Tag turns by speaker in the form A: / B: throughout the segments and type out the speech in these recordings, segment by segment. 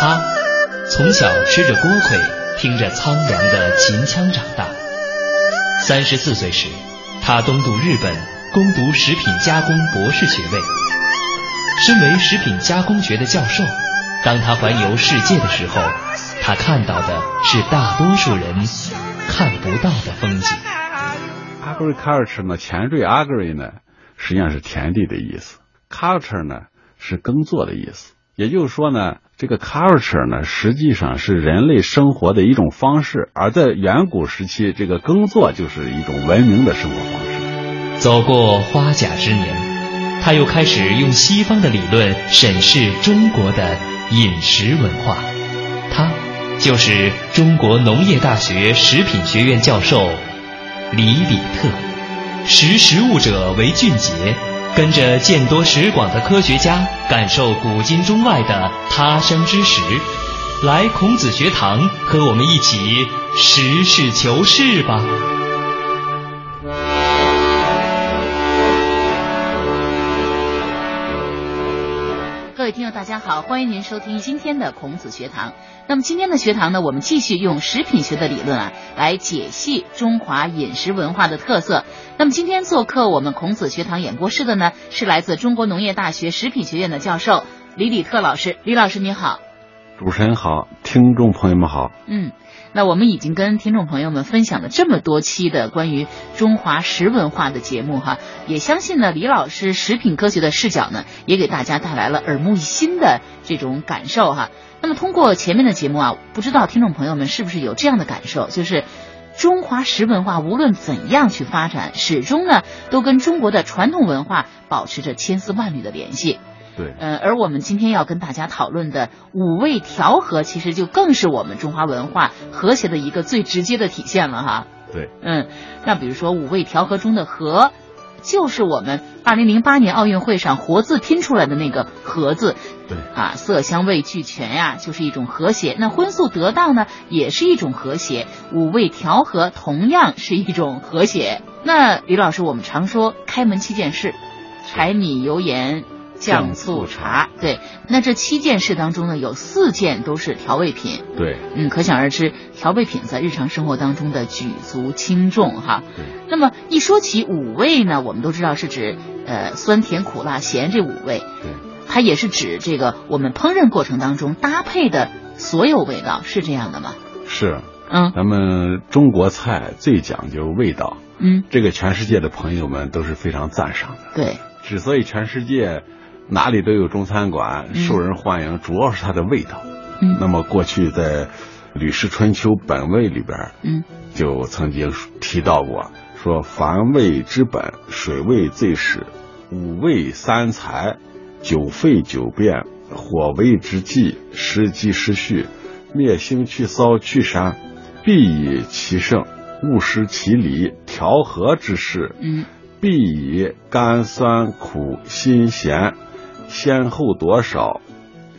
A: 他从小吃着锅盔，听着苍凉的秦腔长大。三十四岁时，他东渡日本，攻读食品加工博士学位。身为食品加工学的教授，当他环游世界的时候，他看到的是大多数人看不到的风景。
B: agriculture 呢，前缀 agri 呢，实际上是田地的意思；culture 呢，是耕作的意思。也就是说呢，这个 culture 呢，实际上是人类生活的一种方式，而在远古时期，这个耕作就是一种文明的生活方式。
A: 走过花甲之年，他又开始用西方的理论审视中国的饮食文化。他就是中国农业大学食品学院教授。李比特，识时务者为俊杰，跟着见多识广的科学家，感受古今中外的他生之时。来孔子学堂，和我们一起实事求是吧。
C: 各位听众，大家好，欢迎您收听今天的孔子学堂。那么今天的学堂呢，我们继续用食品学的理论啊，来解析中华饮食文化的特色。那么今天做客我们孔子学堂演播室的呢，是来自中国农业大学食品学院的教授李李特老师。李老师您好，
B: 主持人好，听众朋友们好。
C: 嗯，那我们已经跟听众朋友们分享了这么多期的关于中华食文化的节目哈，也相信呢，李老师食品科学的视角呢，也给大家带来了耳目一新的这种感受哈。那么通过前面的节目啊，不知道听众朋友们是不是有这样的感受，就是中华食文化无论怎样去发展，始终呢都跟中国的传统文化保持着千丝万缕的联系。
B: 对，
C: 呃，而我们今天要跟大家讨论的五味调和，其实就更是我们中华文化和谐的一个最直接的体现了哈。
B: 对，
C: 嗯，那比如说五味调和中的和。就是我们二零零八年奥运会上活字拼出来的那个“和”字，
B: 对
C: 啊，色香味俱全呀、啊，就是一种和谐。那荤素得当呢，也是一种和谐。五味调和同样是一种和谐。那李老师，我们常说开门七件事：柴米油盐酱醋茶。对，那这七件事当中呢，有四件都是调味品。
B: 对，
C: 嗯，可想而知，调味品在日常生活当中的举足轻重哈。那么一说起五味呢，我们都知道是指呃酸甜苦辣咸这五味，它也是指这个我们烹饪过程当中搭配的所有味道，是这样的吗？
B: 是，
C: 嗯，
B: 咱们中国菜最讲究味道，
C: 嗯，
B: 这个全世界的朋友们都是非常赞赏的。
C: 对，
B: 之所以全世界哪里都有中餐馆受人欢迎，主要是它的味道。
C: 嗯，
B: 那么过去在《吕氏春秋本味》里边，
C: 嗯，
B: 就曾经提到过。说凡味之本，水味最始，五味三才，九沸九变，火为之计，失机失序，灭腥去骚去膻，必以其盛，勿失其理，调和之势。
C: 嗯，
B: 必以甘酸苦辛咸，先后多少，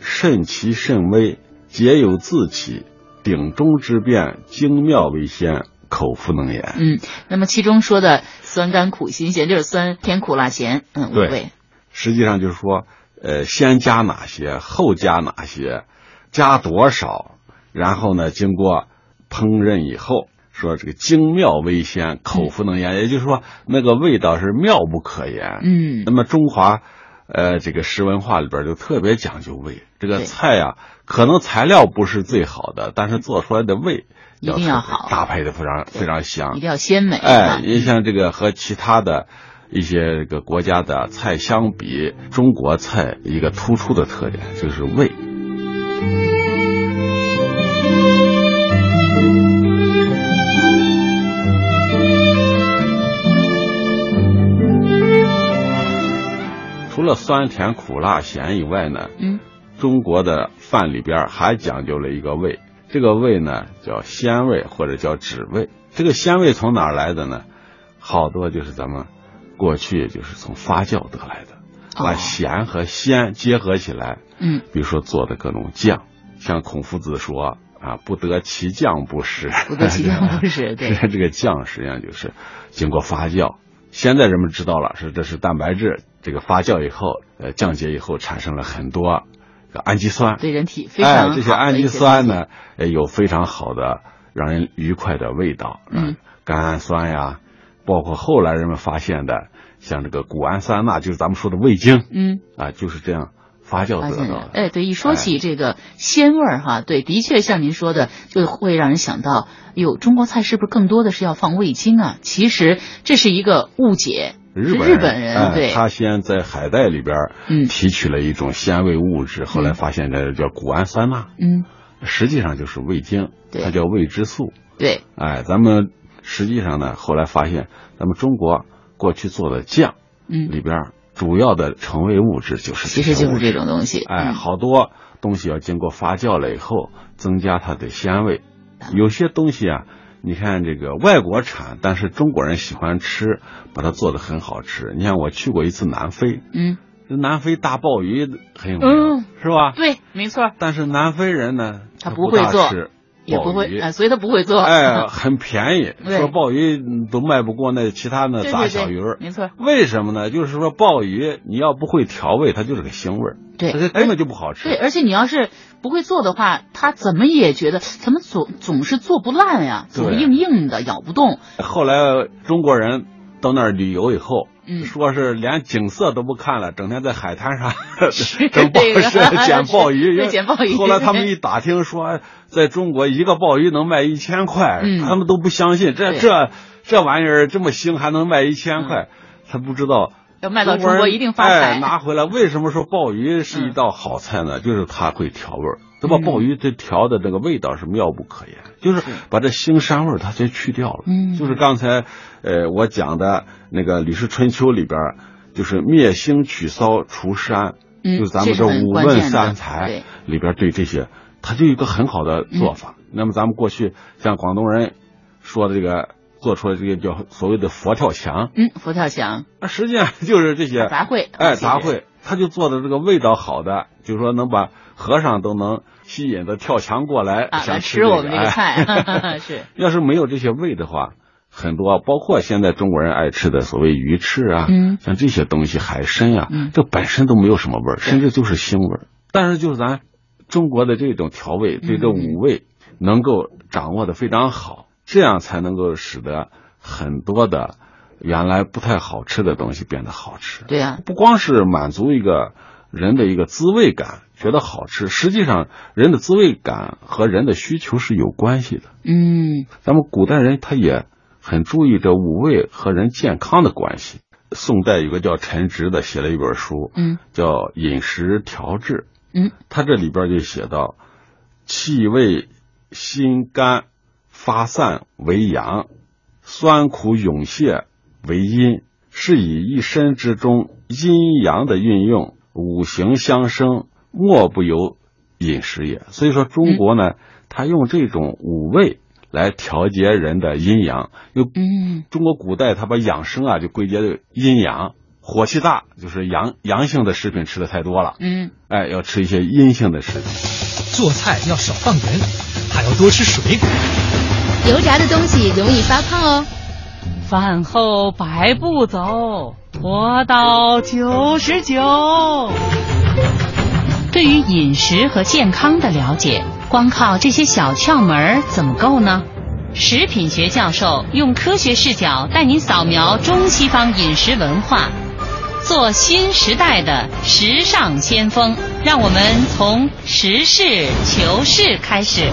B: 慎其慎微，皆有自起，鼎中之变，精妙为先。口腹能言。
C: 嗯，那么其中说的酸甘苦辛咸，就是酸甜苦辣咸，嗯，五味。
B: 实际上就是说，呃，先加哪些，后加哪些，加多少，然后呢，经过烹饪以后，说这个精妙微鲜，口腹能言，嗯、也就是说那个味道是妙不可言。
C: 嗯，
B: 那么中华，呃，这个食文化里边就特别讲究味，这个菜呀、啊，可能材料不是最好的，但是做出来的味。
C: 一定要好，
B: 搭配的非常非常香，
C: 一定要鲜美。啊
B: 哎，你像这个和其他的一些这个国家的菜相比，中国菜一个突出的特点就是味。除了酸甜苦辣咸以外呢，
C: 嗯，
B: 中国的饭里边还讲究了一个味。这个味呢叫鲜味或者叫脂味，这个鲜味从哪儿来的呢？好多就是咱们过去就是从发酵得来的，把咸和鲜结合起来。
C: 嗯，
B: 比如说做的各种酱，像孔夫子说啊，不得其酱不食。
C: 不得其酱 不食，对。
B: 这个酱实际上就是经过发酵，现在人们知道了是这是蛋白质，这个发酵以后，呃，降解以后产生了很多。氨基酸，
C: 对人体非常
B: 哎，这些
C: 好的
B: 氨
C: 一
B: 基
C: 些
B: 酸
C: 东
B: 呢，呃，有非常好的让人愉快的味道，啊
C: 嗯，
B: 甘氨酸呀，包括后来人们发现的，像这个谷氨酸钠，就是咱们说的味精
C: 嗯，
B: 啊，就是这样发酵
C: 发
B: 得
C: 现
B: 到
C: 了。
B: 的。
C: 哎，对，一说起这个鲜味儿哈，对，的确像您说的，就会让人想到，哟，中国菜是不是更多的是要放味精啊？其实这是一个误解，
B: 日
C: 是
B: 本
C: 日本人
B: 哎
C: 对
B: 他先在海带里边儿
C: 嗯
B: 提取了一种鲜味物质，后来发现这叫谷氨酸钠，
C: 嗯，
B: 实际上就是味精，
C: 对
B: 它叫味之素。
C: 对，
B: 哎，咱们实际上呢，后来发现咱们中国过去做的酱
C: 嗯，
B: 里边儿主要的成味物质就是
C: 其实
B: 些
C: 就是
B: 物
C: 这
B: 质
C: 种东西，
B: 哎，
C: 嗯，
B: 好多东西要经过发酵了以后，增加它的鲜味。有些东西啊，你看这个外国产，但是中国人喜欢吃，把它做的很好吃。你看我去过一次南非，
C: 嗯，
B: 这南非大鲍鱼很有名，
C: 嗯
B: 是吧？
C: 对，没错儿，
B: 但是南非人呢，
C: 他
B: 他
C: 不
B: 大
C: 会做
B: 吃
C: 也
B: 鲍
C: 不会
B: 鱼
C: 啊，所以他不会做，
B: 哎，很便宜，
C: 对
B: 说鲍鱼嗯都卖不过那其他那
C: 对
B: 杂
C: 对
B: 小鱼儿
C: 对，。没错儿，
B: 为什么呢？就是说鲍鱼你要不会调味，它就是个腥味儿，
C: 对，哎
B: 它根本就不好吃
C: 对，。而且你要是不会做的话，他怎么也觉得怎么总总是做不烂呀，
B: 对
C: 总是硬硬的，咬不动。
B: 后来中国人到那儿旅游以后，
C: 嗯
B: 说是连景色都不看了，整天在海滩 上
C: 是
B: 整鲍
C: 这个
B: 是捡鲍鱼，
C: 对捡鲍鱼
B: 后来他们一打听说，哎在中国一个鲍鱼能卖一千块，
C: 嗯
B: 他们都不相信，这
C: 对嗯
B: 这这玩意儿这么腥还能卖一千块，他不知道。
C: 要卖到中国
B: 人
C: 一定发财。
B: 哎。拿回来，为什么说鲍鱼是一道好菜呢？就是它会调味儿，它把
C: 嗯
B: 鲍鱼这调的这个味道是妙不可言，就是
C: 是
B: 把这腥膻味儿它先去掉了。
C: 嗯
B: 就是刚才呃我讲的那个《吕氏春秋》里边儿，就是灭腥取骚除膻，
C: 嗯
B: 就是咱们
C: 这是很
B: 五
C: 关键
B: 问
C: 的
B: 三才
C: 对嗯
B: 里边儿对这些，它就有一个很好的做法。那么咱们过去像广东人说的这个。做出来这个叫所谓的佛跳墙，
C: 嗯，佛跳墙
B: 那实际上就是这 些
C: 杂烩，
B: 哎，
C: 其实
B: 杂烩，他就做的这个味道好的，就是说能把和尚都能吸引的跳墙过来，
C: 啊，
B: 想这
C: 来吃我们这个菜、
B: 哎
C: 是，
B: 要是没有这些味的话，很多包括现在中国人爱吃的所谓鱼翅啊，
C: 嗯
B: 像这些东西海参啊，
C: 嗯
B: 这本身都没有什么味儿，甚至就是腥味儿。但是就是咱中国的这种调味，
C: 嗯
B: 对这五味能够掌握的非常好，这样才能够使得很多的原来不太好吃的东西变得好吃。
C: 对啊，
B: 不光是满足一个人的一个滋味感，觉得好吃，实际上人的滋味感和人的需求是有关系的。
C: 嗯
B: 咱们古代人他也很注意这五味和人健康的关系。宋代有个叫陈植的写了一本书，
C: 嗯
B: 叫《饮食调治》，
C: 嗯，
B: 他这里边就写到，气味、心肝发散为阳，酸苦涌泻为阴，是以一身之中阴阳的运用，五行相生，莫不由饮食也。所以说，
C: 嗯
B: 中国呢，他用这种五味来调节人的阴阳，又
C: 嗯
B: 中国古代他把养生啊就归结的阴阳，火气大就是阳阳性的食品吃的太多了，
C: 嗯，
B: 哎，要吃一些阴性的食品。
A: 做菜要少放盐，还要多吃水果。
D: 油炸的东西容易发胖哦。
E: 饭后百步走，活到九十九。
D: 对于饮食和健康的了解，光靠这些小窍门儿怎么够呢？食品学教授用科学视角带您扫描中西方饮食文化，做新时代的时尚先锋。让我们从实事求是开始。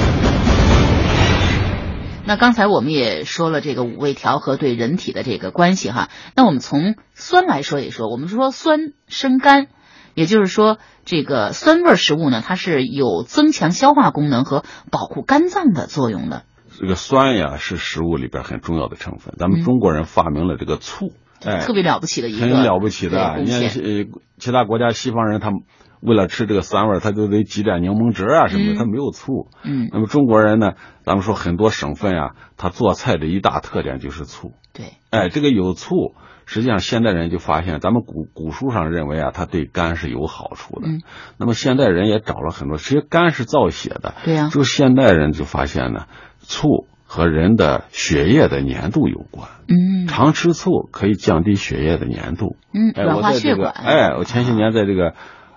C: 那刚才我们也说了这个五味调和对人体的这个关系哈，那我们从酸来说一说，我们说酸生肝，也就是说这个酸味儿食物呢，它是有增强消化功能和保护肝脏的作用的。
B: 这个酸呀是食物里边很重要的成分，咱
C: 嗯
B: 们中国人发明了这个醋，哎
C: 特，别了不起的一个，
B: 很了不起的。
C: 对
B: 你
C: 贡
B: 看
C: 献。
B: 呃，其他国家西方人他们为了吃这个酸味儿，他都得挤点柠檬汁啊什么
C: 嗯
B: 的，他没有醋。
C: 嗯，
B: 那么中国人呢，咱们说很多省份啊，他做菜的一大特点就是醋。
C: 对，
B: 哎，这个有醋，实际上现代人就发现，咱们古古书上认为啊，它对肝是有好处的。
C: 嗯
B: 那么现代人也找了很多，其实肝是造血的，
C: 对啊呀、
B: 就现代人就发现呢，醋和人的血液的粘度有关，
C: 嗯
B: 常吃醋可以降低血液的粘度。
C: 嗯，
B: 哎，
C: 软
B: 我
C: 化
B: 在这
C: 血
B: 个哎
C: 管，
B: 哎，我前些年在这个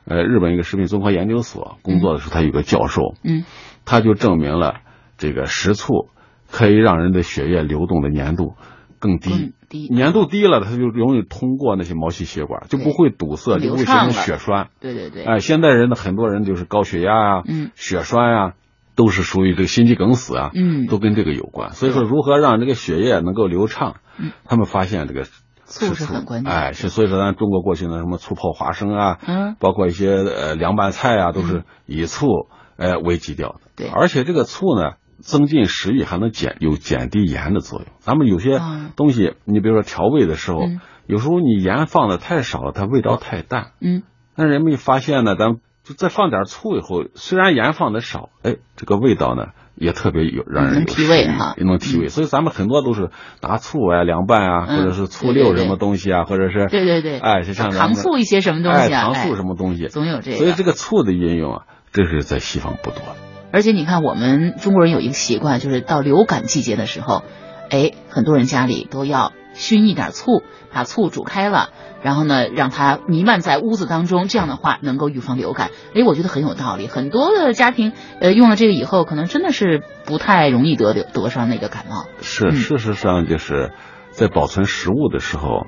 B: 呃，日本一个食品综合研究所工作的时候，他有个教授，
C: 嗯，
B: 他就证明了这个食醋可以让人的血液流动的粘度更
C: 更
B: 低，
C: 嗯低
B: 粘度低了，它就容易通过那些毛细血管，就
C: 对
B: 不会堵塞，就
C: 流
B: 不会形
C: 畅
B: 成
C: 了
B: 血栓。
C: 对对对，
B: 哎，现代人的很多人就是高血压啊、
C: 嗯
B: 血栓啊，都是属于这个心肌梗死啊，
C: 嗯
B: 都跟这个有关。所以说，如何让这个血液能够流畅，
C: 嗯
B: 他们发现这个
C: 醋
B: 吃
C: 是很关键
B: 哎，是所以说咱中国过去呢，什么醋泡花生啊，
C: 嗯
B: 包括一些呃凉拌菜啊，都是以醋呃为基调的。
C: 对
B: 而且这个醋呢。增进食欲还能减有减低盐的作用。咱们有些
C: 啊
B: 东西，你比如说调味的时候，
C: 嗯
B: 有时候你盐放的太少了，它味道太淡。
C: 嗯，
B: 但人们一发现呢，咱们就再放点醋以后，虽然盐放的少，哎，这个味道呢也特别有让人
C: 能
B: 有
C: 提味
B: 食欲
C: 哈
B: 也能提味。所以咱们很多都是拿醋啊、凉拌啊，
C: 嗯
B: 或者是醋
C: 对对
B: 溜
C: 对
B: 什么东西啊，或者是
C: 对对对
B: 哎，是像咱
C: 糖
B: 们
C: 醋一些什么东
B: 哎
C: 西啊
B: 糖醋
C: 哎
B: 什么东西，
C: 总有这个
B: 所以这个醋的应用啊，这是在西方不多。
C: 而且你看，我们中国人有一个习惯，就是到流感季节的时候，哎，很多人家里都要熏一点醋，把醋煮开了，然后呢，让它弥漫在屋子当中，这样的话能够预防流感。哎，我觉得很有道理。很多的家庭，呃，用了这个以后，可能真的是不太容易得得得上那个感冒。
B: 是，
C: 嗯
B: 事实上就是在保存食物的时候，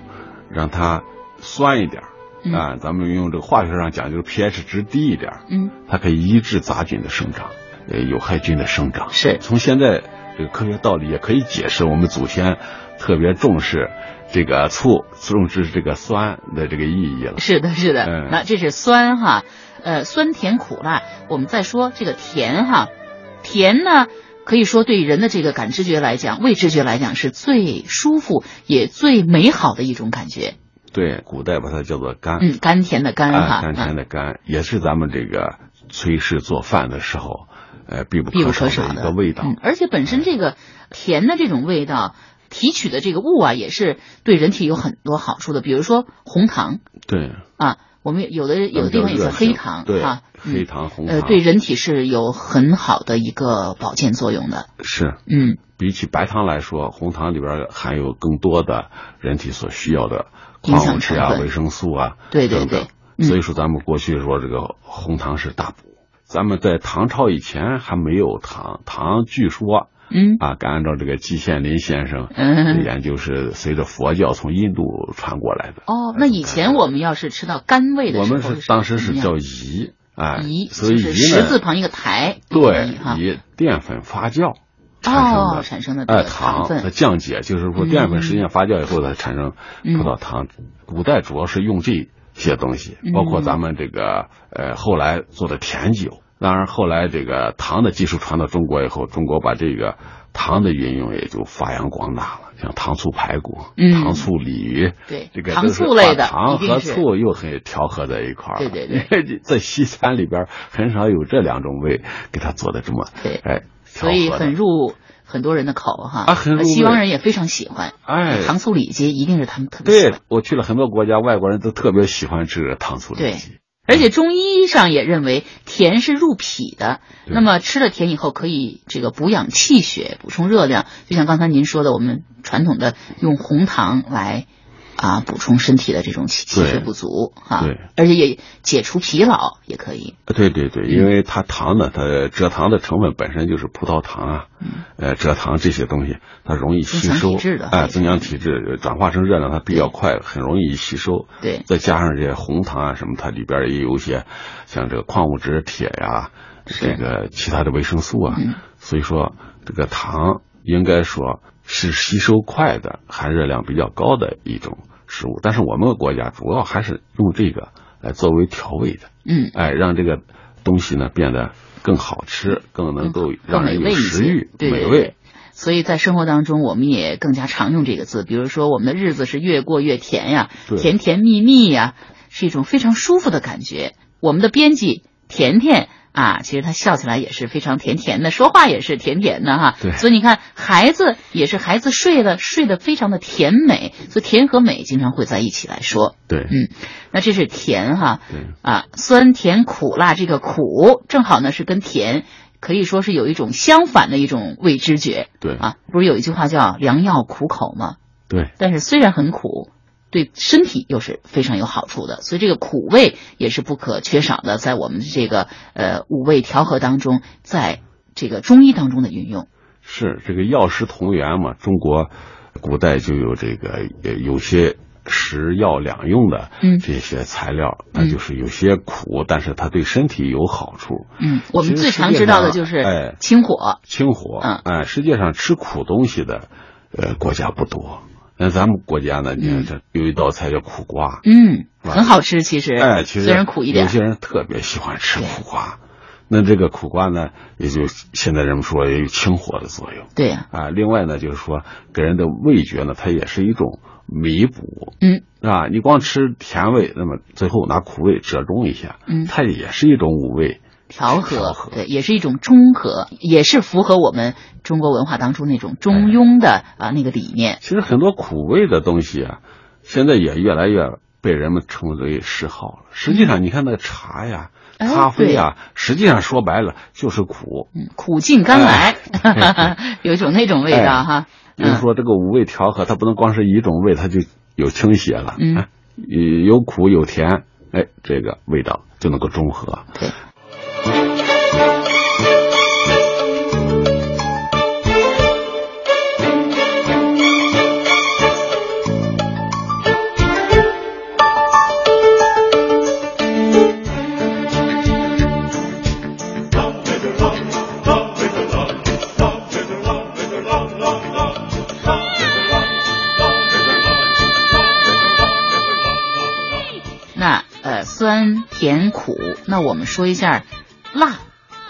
B: 让它酸一点儿
C: 嗯
B: 啊，咱们用这个化学上讲，就是 pH 值低一点儿，
C: 嗯，
B: 它可以抑制杂菌的生长，呃，有害菌的生长。
C: 是
B: 从现在这个科学道理也可以解释，我们祖先特别重视这个醋，重视这个酸的这个意义了。
C: 是的，是的
B: 嗯。
C: 那这是酸哈，呃，酸甜苦辣。我们再说这个甜哈，甜呢，可以说对人的这个感知觉来讲、味知觉来讲是最舒服也最美好的一种感觉。
B: 对，古代把它叫做甘。
C: 嗯，甘甜的甘
B: 啊，
C: 哈，
B: 甘甜
C: 嗯
B: 的甘，也是咱们这个炊事做饭的时候，呃，必不
C: 必不可
B: 可
C: 少
B: 的一个味道。
C: 嗯，而且本身这个甜的这种味道。提取的这个物啊，也是对人体有很多好处的，比如说红糖
B: 对，
C: 啊，我们有
B: 嗯
C: 的有的地方也叫黑糖
B: 对，
C: 哈，嗯
B: 黑糖、红糖，
C: 呃，对人体是有很好的一个保健作用的。
B: 是
C: 嗯，
B: 比起白糖来说，红糖里边含有更多的人体所需要的
C: 营
B: 矿
C: 养
B: 物质
C: 成
B: 啊、
C: 分
B: 维生素啊，
C: 对对
B: 等等
C: 对嗯
B: 所以说，咱们过去说这个红糖是大补。咱们在唐朝以前还没有糖，糖据说
C: 嗯
B: 啊，按照这个季羡林先生的
C: 嗯。
B: 研究是随着佛教从印度传过来的。
C: 哦，那以前我们要是吃到甘味的
B: 我
C: 时候
B: 们
C: 什么样，
B: 是当时是叫饴，哎，
C: 饴，
B: 所以
C: 就是
B: 饴
C: 十字
B: 呢，
C: 旁一个台，
B: 对
C: 饴嗯哈，
B: 以淀粉发酵产生的
C: 哦，产生的这
B: 哎
C: 个
B: 糖
C: 分
B: 的，降解，就是说淀
C: 嗯
B: 粉实现发酵以后，它产生葡萄糖。古代主要是用这些东西
C: 嗯，
B: 包括咱们这个呃后来做的甜酒。当然，后来这个糖的技术传到中国以后，中国把这个糖的运用也就发扬光大了，像糖醋排骨、
C: 嗯
B: 糖醋鲤鱼，
C: 对
B: 这个
C: 糖
B: 都是
C: 醋类的
B: 把糖
C: 一定
B: 和
C: 是
B: 醋又可以调和在一块儿了。
C: 对对
B: 对，在西餐里边儿很少有这两种味给它做的这么
C: 对
B: 哎，调
C: 所以
B: 和的
C: 很入很多人的口哈。
B: 啊很入味
C: 西方人也非常喜欢，
B: 哎
C: 糖醋里脊一定是他们特别喜欢
B: 对，我去了很多国家，外国人都特别喜欢吃糖醋里脊。
C: 而且中医上也认为甜是入脾的，
B: 对
C: 那么吃了甜以后可以这个补养气血、补充热量，就像刚才您说的，我们传统的用红糖来啊补充身体的这种气气
B: 对
C: 血不足哈，
B: 对，
C: 而且也解除疲劳也可以，
B: 对对对，
C: 嗯
B: 因为它糖呢，它蔗糖的成分本身就是葡萄糖啊，呃，蔗糖这些东西，它容易吸
C: 嗯增强
B: 收
C: 体质的，
B: 哎，增强体质，转化成热量它比较快，很容易吸收。
C: 对
B: 再加上这些红糖啊什么，它里边也有一些像这个矿物质、铁呀、
C: 是
B: 这
C: 嗯
B: 个其他的维生素啊，所以说这个糖应该说是吸收快的、含热量比较高的一种食物，但是我们国家主要还是用这个来作为调味的。
C: 嗯，
B: 哎，让这个东西呢变得更好吃，更能够
C: 嗯更
B: 让
C: 美
B: 人
C: 味
B: 有
C: 一
B: 食
C: 些
B: 欲，，
C: 对
B: 美
C: 对
B: 味
C: 对。。所以在生活当中，我们也更加常用这个字，比如说我们的日子是越过越甜呀，
B: 对
C: 甜甜蜜蜜呀，是一种非常舒服的感觉。我们的编辑甜甜啊，其实她笑起来也是非常甜甜的，说话也是甜甜的哈。
B: 对
C: 所以你看，孩子也是孩子睡了，睡得非常的甜美，所以甜和美经常会在一起来说。
B: 对
C: 嗯那这是甜哈，
B: 对
C: 啊，酸甜苦辣这个苦，正好呢是跟甜可以说是有一种相反的一种味知觉啊
B: 对
C: 啊。不是有一句话叫“良药苦口”吗？
B: 对
C: 但是虽然很苦，对身体又是非常有好处的。所以这个苦味也是不可缺少的，在我们这个呃五味调和当中，在这个中医当中的运用。
B: 是这个药食同源嘛？中国古代就有这个呃有些食药两用的
C: 嗯
B: 这些材料，那就是有些苦，但是它对身体有好处。
C: 嗯，我们
B: 其实
C: 最
B: 世界
C: 常知道的
B: 上
C: 就是
B: 哎
C: 清火。
B: 清火，
C: 嗯
B: 哎，世界上吃苦东西的呃国家不多。那咱们国家呢，你看这有一道菜叫苦瓜，
C: 嗯，
B: 哇
C: 很好吃，其实，
B: 哎，其实
C: 虽然苦一点
B: 有，些人特别喜欢吃苦瓜。那这个苦瓜呢，也就现在人们说也有清火的作用
C: 对呀、
B: 啊。另外呢，就是说给人的味觉呢，它也是一种弥补，
C: 嗯，
B: 是吧？你光吃甜味，那么最后拿苦味折中一下，
C: 嗯
B: 它也是一种五味。
C: 调和，
B: 调和
C: 对，也是一种中和，也是符合我们中国文化当中那种中庸的、啊那个理念。
B: 其实很多苦味的东西啊，现在也越来越被人们称为嗜好了。实际上，你看那个茶呀、
C: 嗯哎
B: 咖啡呀，实际上说白了就是苦。
C: 嗯，苦尽甘来， 有一种那种味道、
B: 哎
C: 哈。
B: 就是说这个五味调和，它不能光是一种味，它就有倾斜了。
C: 嗯
B: 哎，有苦有甜，哎，这个味道就能够中和。
C: 对。那呃，酸甜苦，那我们说一下辣。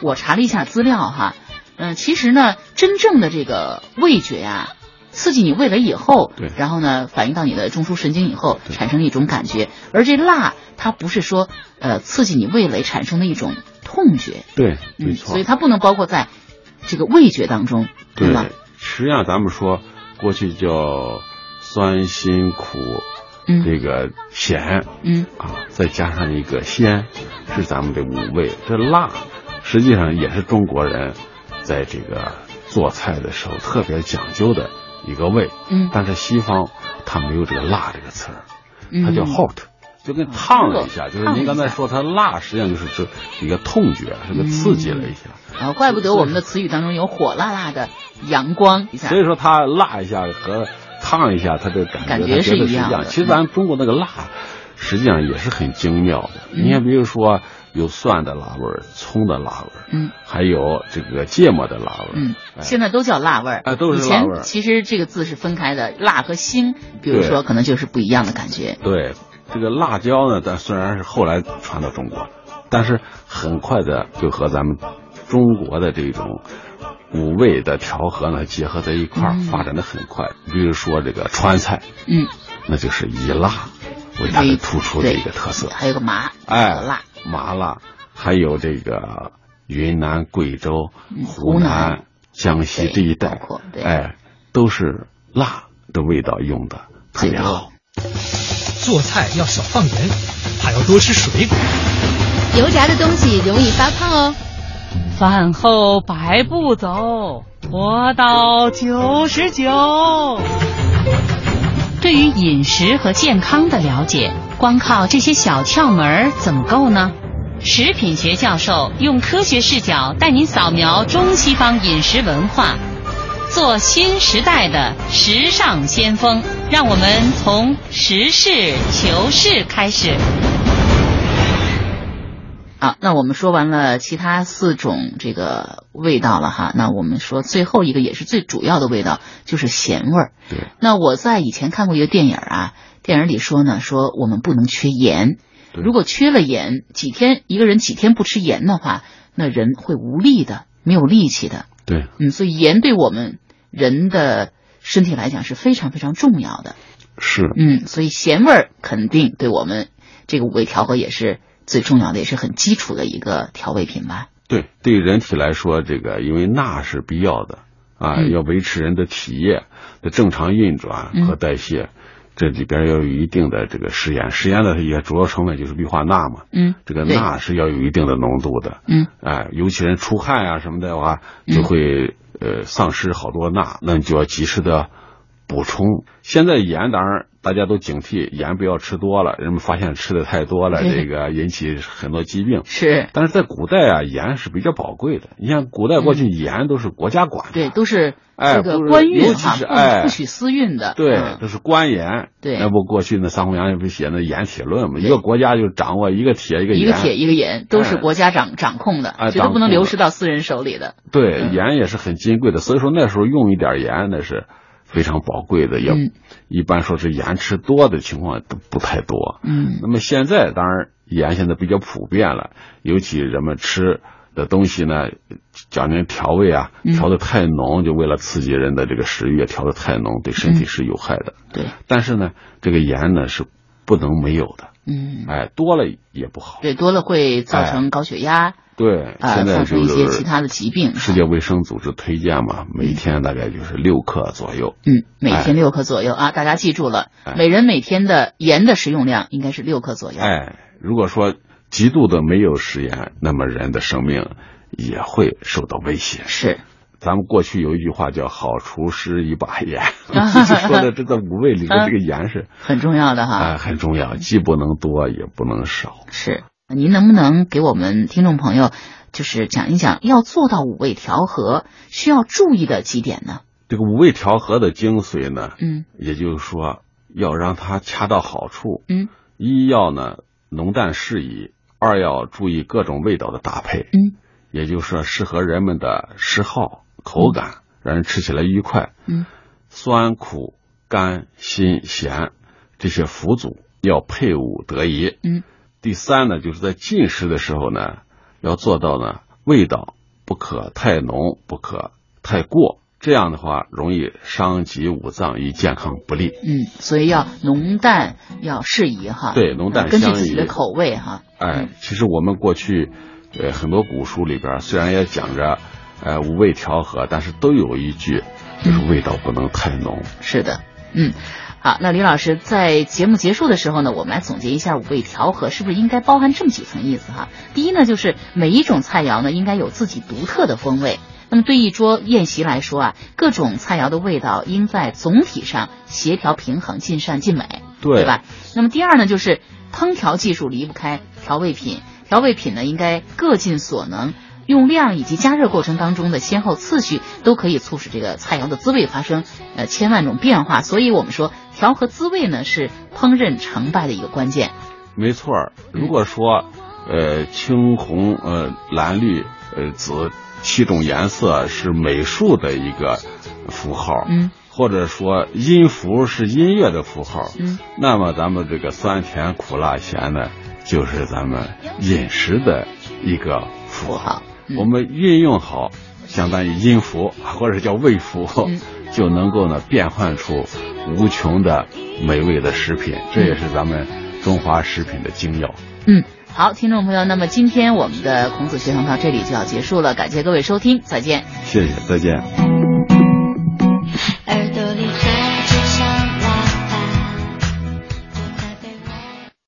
C: 我查了一下资料哈，嗯、其实呢，真正的这个味觉啊，刺激你味蕾以后
B: 对，
C: 然后呢，反映到你的中枢神经以后，产生一种感觉。而这辣，它不是说呃刺激你味蕾产生的一种痛觉，
B: 对，没
C: 嗯，
B: 错。
C: 所以它不能包括在这个味觉当中，对
B: 对
C: 吧？，
B: 实际上咱们说过去叫酸、辛、苦，
C: 嗯
B: 这个咸，
C: 嗯，
B: 啊，再加上一个鲜，是咱们的五味。这辣，实际上也是中国人在这个做菜的时候特别讲究的一个味。
C: 嗯
B: 但是西方它没有这个辣这个词儿，
C: 嗯
B: 它叫 hot。就跟烫了一下，就是
C: 烫了一
B: 您
C: 下
B: 刚才说它辣，实际上就是是一个痛觉，是个刺激了一下。
C: 啊，怪不得我们的词语当中有火辣辣的阳光一下
B: 所，以说它辣一下和烫一下，它这感觉
C: 感觉
B: 它绝对
C: 是
B: 是
C: 一样的
B: 其实咱中国那个辣，实际上也是很精妙的。
C: 嗯
B: 你看，比如说有蒜的辣味儿、葱的辣味儿，
C: 嗯，
B: 还有这个芥末的辣味儿，
C: 嗯，
B: 哎
C: 现在都叫辣味儿，
B: 哎都是
C: 以
B: 辣
C: 前
B: 味儿
C: 其实这个字是分开的，辣和辛，比如
B: 对
C: 说可能就是不一样的感觉。
B: 对，这个辣椒呢，但虽然是后来传到中国，但是很快的就和咱们中国的这种五味的调和呢结合在一块儿，
C: 嗯
B: 发展的很快。比如说这个川菜，
C: 嗯，
B: 那就是以辣为它的突出的一个特色，
C: 还有个麻，
B: 哎，
C: 有辣，
B: 麻辣，还有这个云南、贵州
C: 嗯、湖
B: 湖
C: 南
B: 南、江西
C: 对
B: 这一
C: 包
B: 带
C: 括对，
B: 哎，都是辣的味道用的特别
C: 对
B: 好。
A: 做菜要少放盐，还要多吃水果。
F: 油炸的东西容易发胖哦。
E: 饭后百步走，活到九十九。
D: 对于饮食和健康的了解，光靠这些小窍门儿怎么够呢？食品学教授用科学视角带您扫描中西方饮食文化，做新时代的时尚先锋。让我们从实事求是开始。
C: 啊，那我们说完了其他四种这个味道了哈，那我们说最后一个也是最主要的味道就是咸味儿。
B: 对，
C: 那我在以前看过一个电影儿啊，电影里说呢，说我们不能缺盐，
B: 对
C: 如果缺了盐，几天一个人几天不吃盐的话，那人会无力的，没有力气的。
B: 对，
C: 嗯，所以盐对我们人的身体来讲是非常非常重要的。
B: 是。
C: 嗯，所以咸味儿肯定对我们这个五味调和也是最重要的，也是很基础的一个调味品吧。
B: 对，对于人体来说，这个因为钠是必要的啊，
C: 嗯
B: 要维持人的体液的正常运转和代谢，这里边要有一定的这个食盐，食盐的也主要成分就是氯化钠嘛。
C: 嗯，
B: 这个
C: 对
B: 钠是要有一定的浓度的，
C: 嗯，
B: 哎，尤其人出汗啊什么的话，
C: 嗯
B: 就会、呃丧失好多钠，那你就要及时的补充。现在盐当然大家都警惕盐不要吃多了，人们发现吃的太多了，
C: 对
B: 这个引起很多疾病。
C: 是
B: 但是在古代啊，盐是比较宝贵的。你像古代过去盐都是国家管的，
C: 嗯对，都是
B: 哎
C: 这个
B: 不是
C: 官运
B: 尤其
C: 哈，
B: 是
C: 不
B: 哎
C: 不许私运的。
B: 对，
C: 嗯
B: 这是官盐。
C: 对
B: 那不过去那桑弘羊不是写那盐铁论嘛？
C: 对
B: 一个国家就掌握一个铁一个
C: 一
B: 盐，
C: 个铁一个盐，都是
B: 哎
C: 国家掌掌控的，
B: 哎
C: 绝对
B: 掌
C: 不能
B: 控
C: 流
B: 的
C: 失到私人手里的。
B: 对，
C: 嗯
B: 盐也是很金贵的，所以说那时候用一点盐那是非常宝贵的，也、
C: 嗯
B: 一般说是盐吃多的情况都不太多。
C: 嗯，
B: 那么现在当然盐现在比较普遍了，尤其人们吃的东西呢，讲究调味啊
C: 嗯，
B: 调的太浓，就为了刺激人的这个食欲，调的太浓对身体
C: 嗯
B: 是有害的。
C: 对，
B: 但是呢，这个盐呢是不能没有的，
C: 嗯，
B: 哎，多了也不好。
C: 对，多了会造
B: 哎
C: 成高血压，
B: 对，
C: 呃，
B: 现在
C: 造
B: 就
C: 成一
B: 是
C: 些其他的疾病。
B: 世界卫生组织推荐嘛，每天大概就是六克左右。
C: 嗯，每天六克左右啊，大家记住了，
B: 哎
C: 每人每天的盐的食用量应该是六克左右。
B: 哎，如果说极度的没有食盐，那么人的生命也会受到威胁。
C: 是，
B: 咱们过去有一句话叫“好厨师一把盐”， 就是说的这个五味里面这个盐是
C: 很重要的哈。
B: 哎很重要，既不能多也不能少。
C: 是，您能不能给我们听众朋友，就是讲一讲要做到五味调和需要注意的几点呢？
B: 这个五味调和的精髓呢，
C: 嗯
B: 也就是说要让它恰到好处。
C: 嗯，
B: 一要呢浓淡适宜，二要注意各种味道的搭配。
C: 嗯，
B: 也就是说适合人们的嗜好、口感，让人吃起来愉快。
C: 嗯，
B: 酸、苦、甘、辛、咸这些辅佐要配伍得宜。
C: 嗯，
B: 第三呢，就是在进食的时候呢，要做到呢味道不可太浓，不可太过。这样的话，容易伤及五脏，与健康不利。
C: 嗯，所以要浓淡要适宜哈。
B: 对浓淡
C: 呃根据
B: 相
C: 自己
B: 宜
C: 的口味哈。
B: 哎，其实我们过去，呃，很多古书里边儿虽然也讲着，呃，五味调和，但是都有一句，就是味道不能太浓。
C: 是的，嗯。好，那李老师在节目结束的时候呢，我们来总结一下五味调和是不是应该包含这么几层意思哈？第一呢，就是每一种菜肴呢应该有自己独特的风味。那么对一桌宴席来说啊，各种菜肴的味道应在总体上协调平衡，尽善尽美。对吧？那么第二呢，就是烹调技术离不开调味品，调味品呢应该各尽所能，用量以及加热过程当中的先后次序都可以促使这个菜肴的滋味发生呃千万种变化。所以我们说，调和滋味呢是烹饪成败的一个关键。
B: 没错儿，如果说，呃，青红呃蓝绿呃紫七种颜色是美术的一个符号，
C: 嗯，
B: 或者说音符是音乐的符号，
C: 嗯，
B: 那么咱们这个酸甜苦辣咸呢，就是咱们饮食的一个符号。
C: 嗯
B: 我们运用好，相当于音符或者叫味符，
C: 嗯
B: 就能够呢变换出无穷的美味的食品。这也是咱们中华食品的精要。
C: 嗯，好，听众朋友，那么今天我们的孔子学堂到这里就要结束了，感谢各位收听，再见。
B: 谢谢，再见。
F: 耳朵里长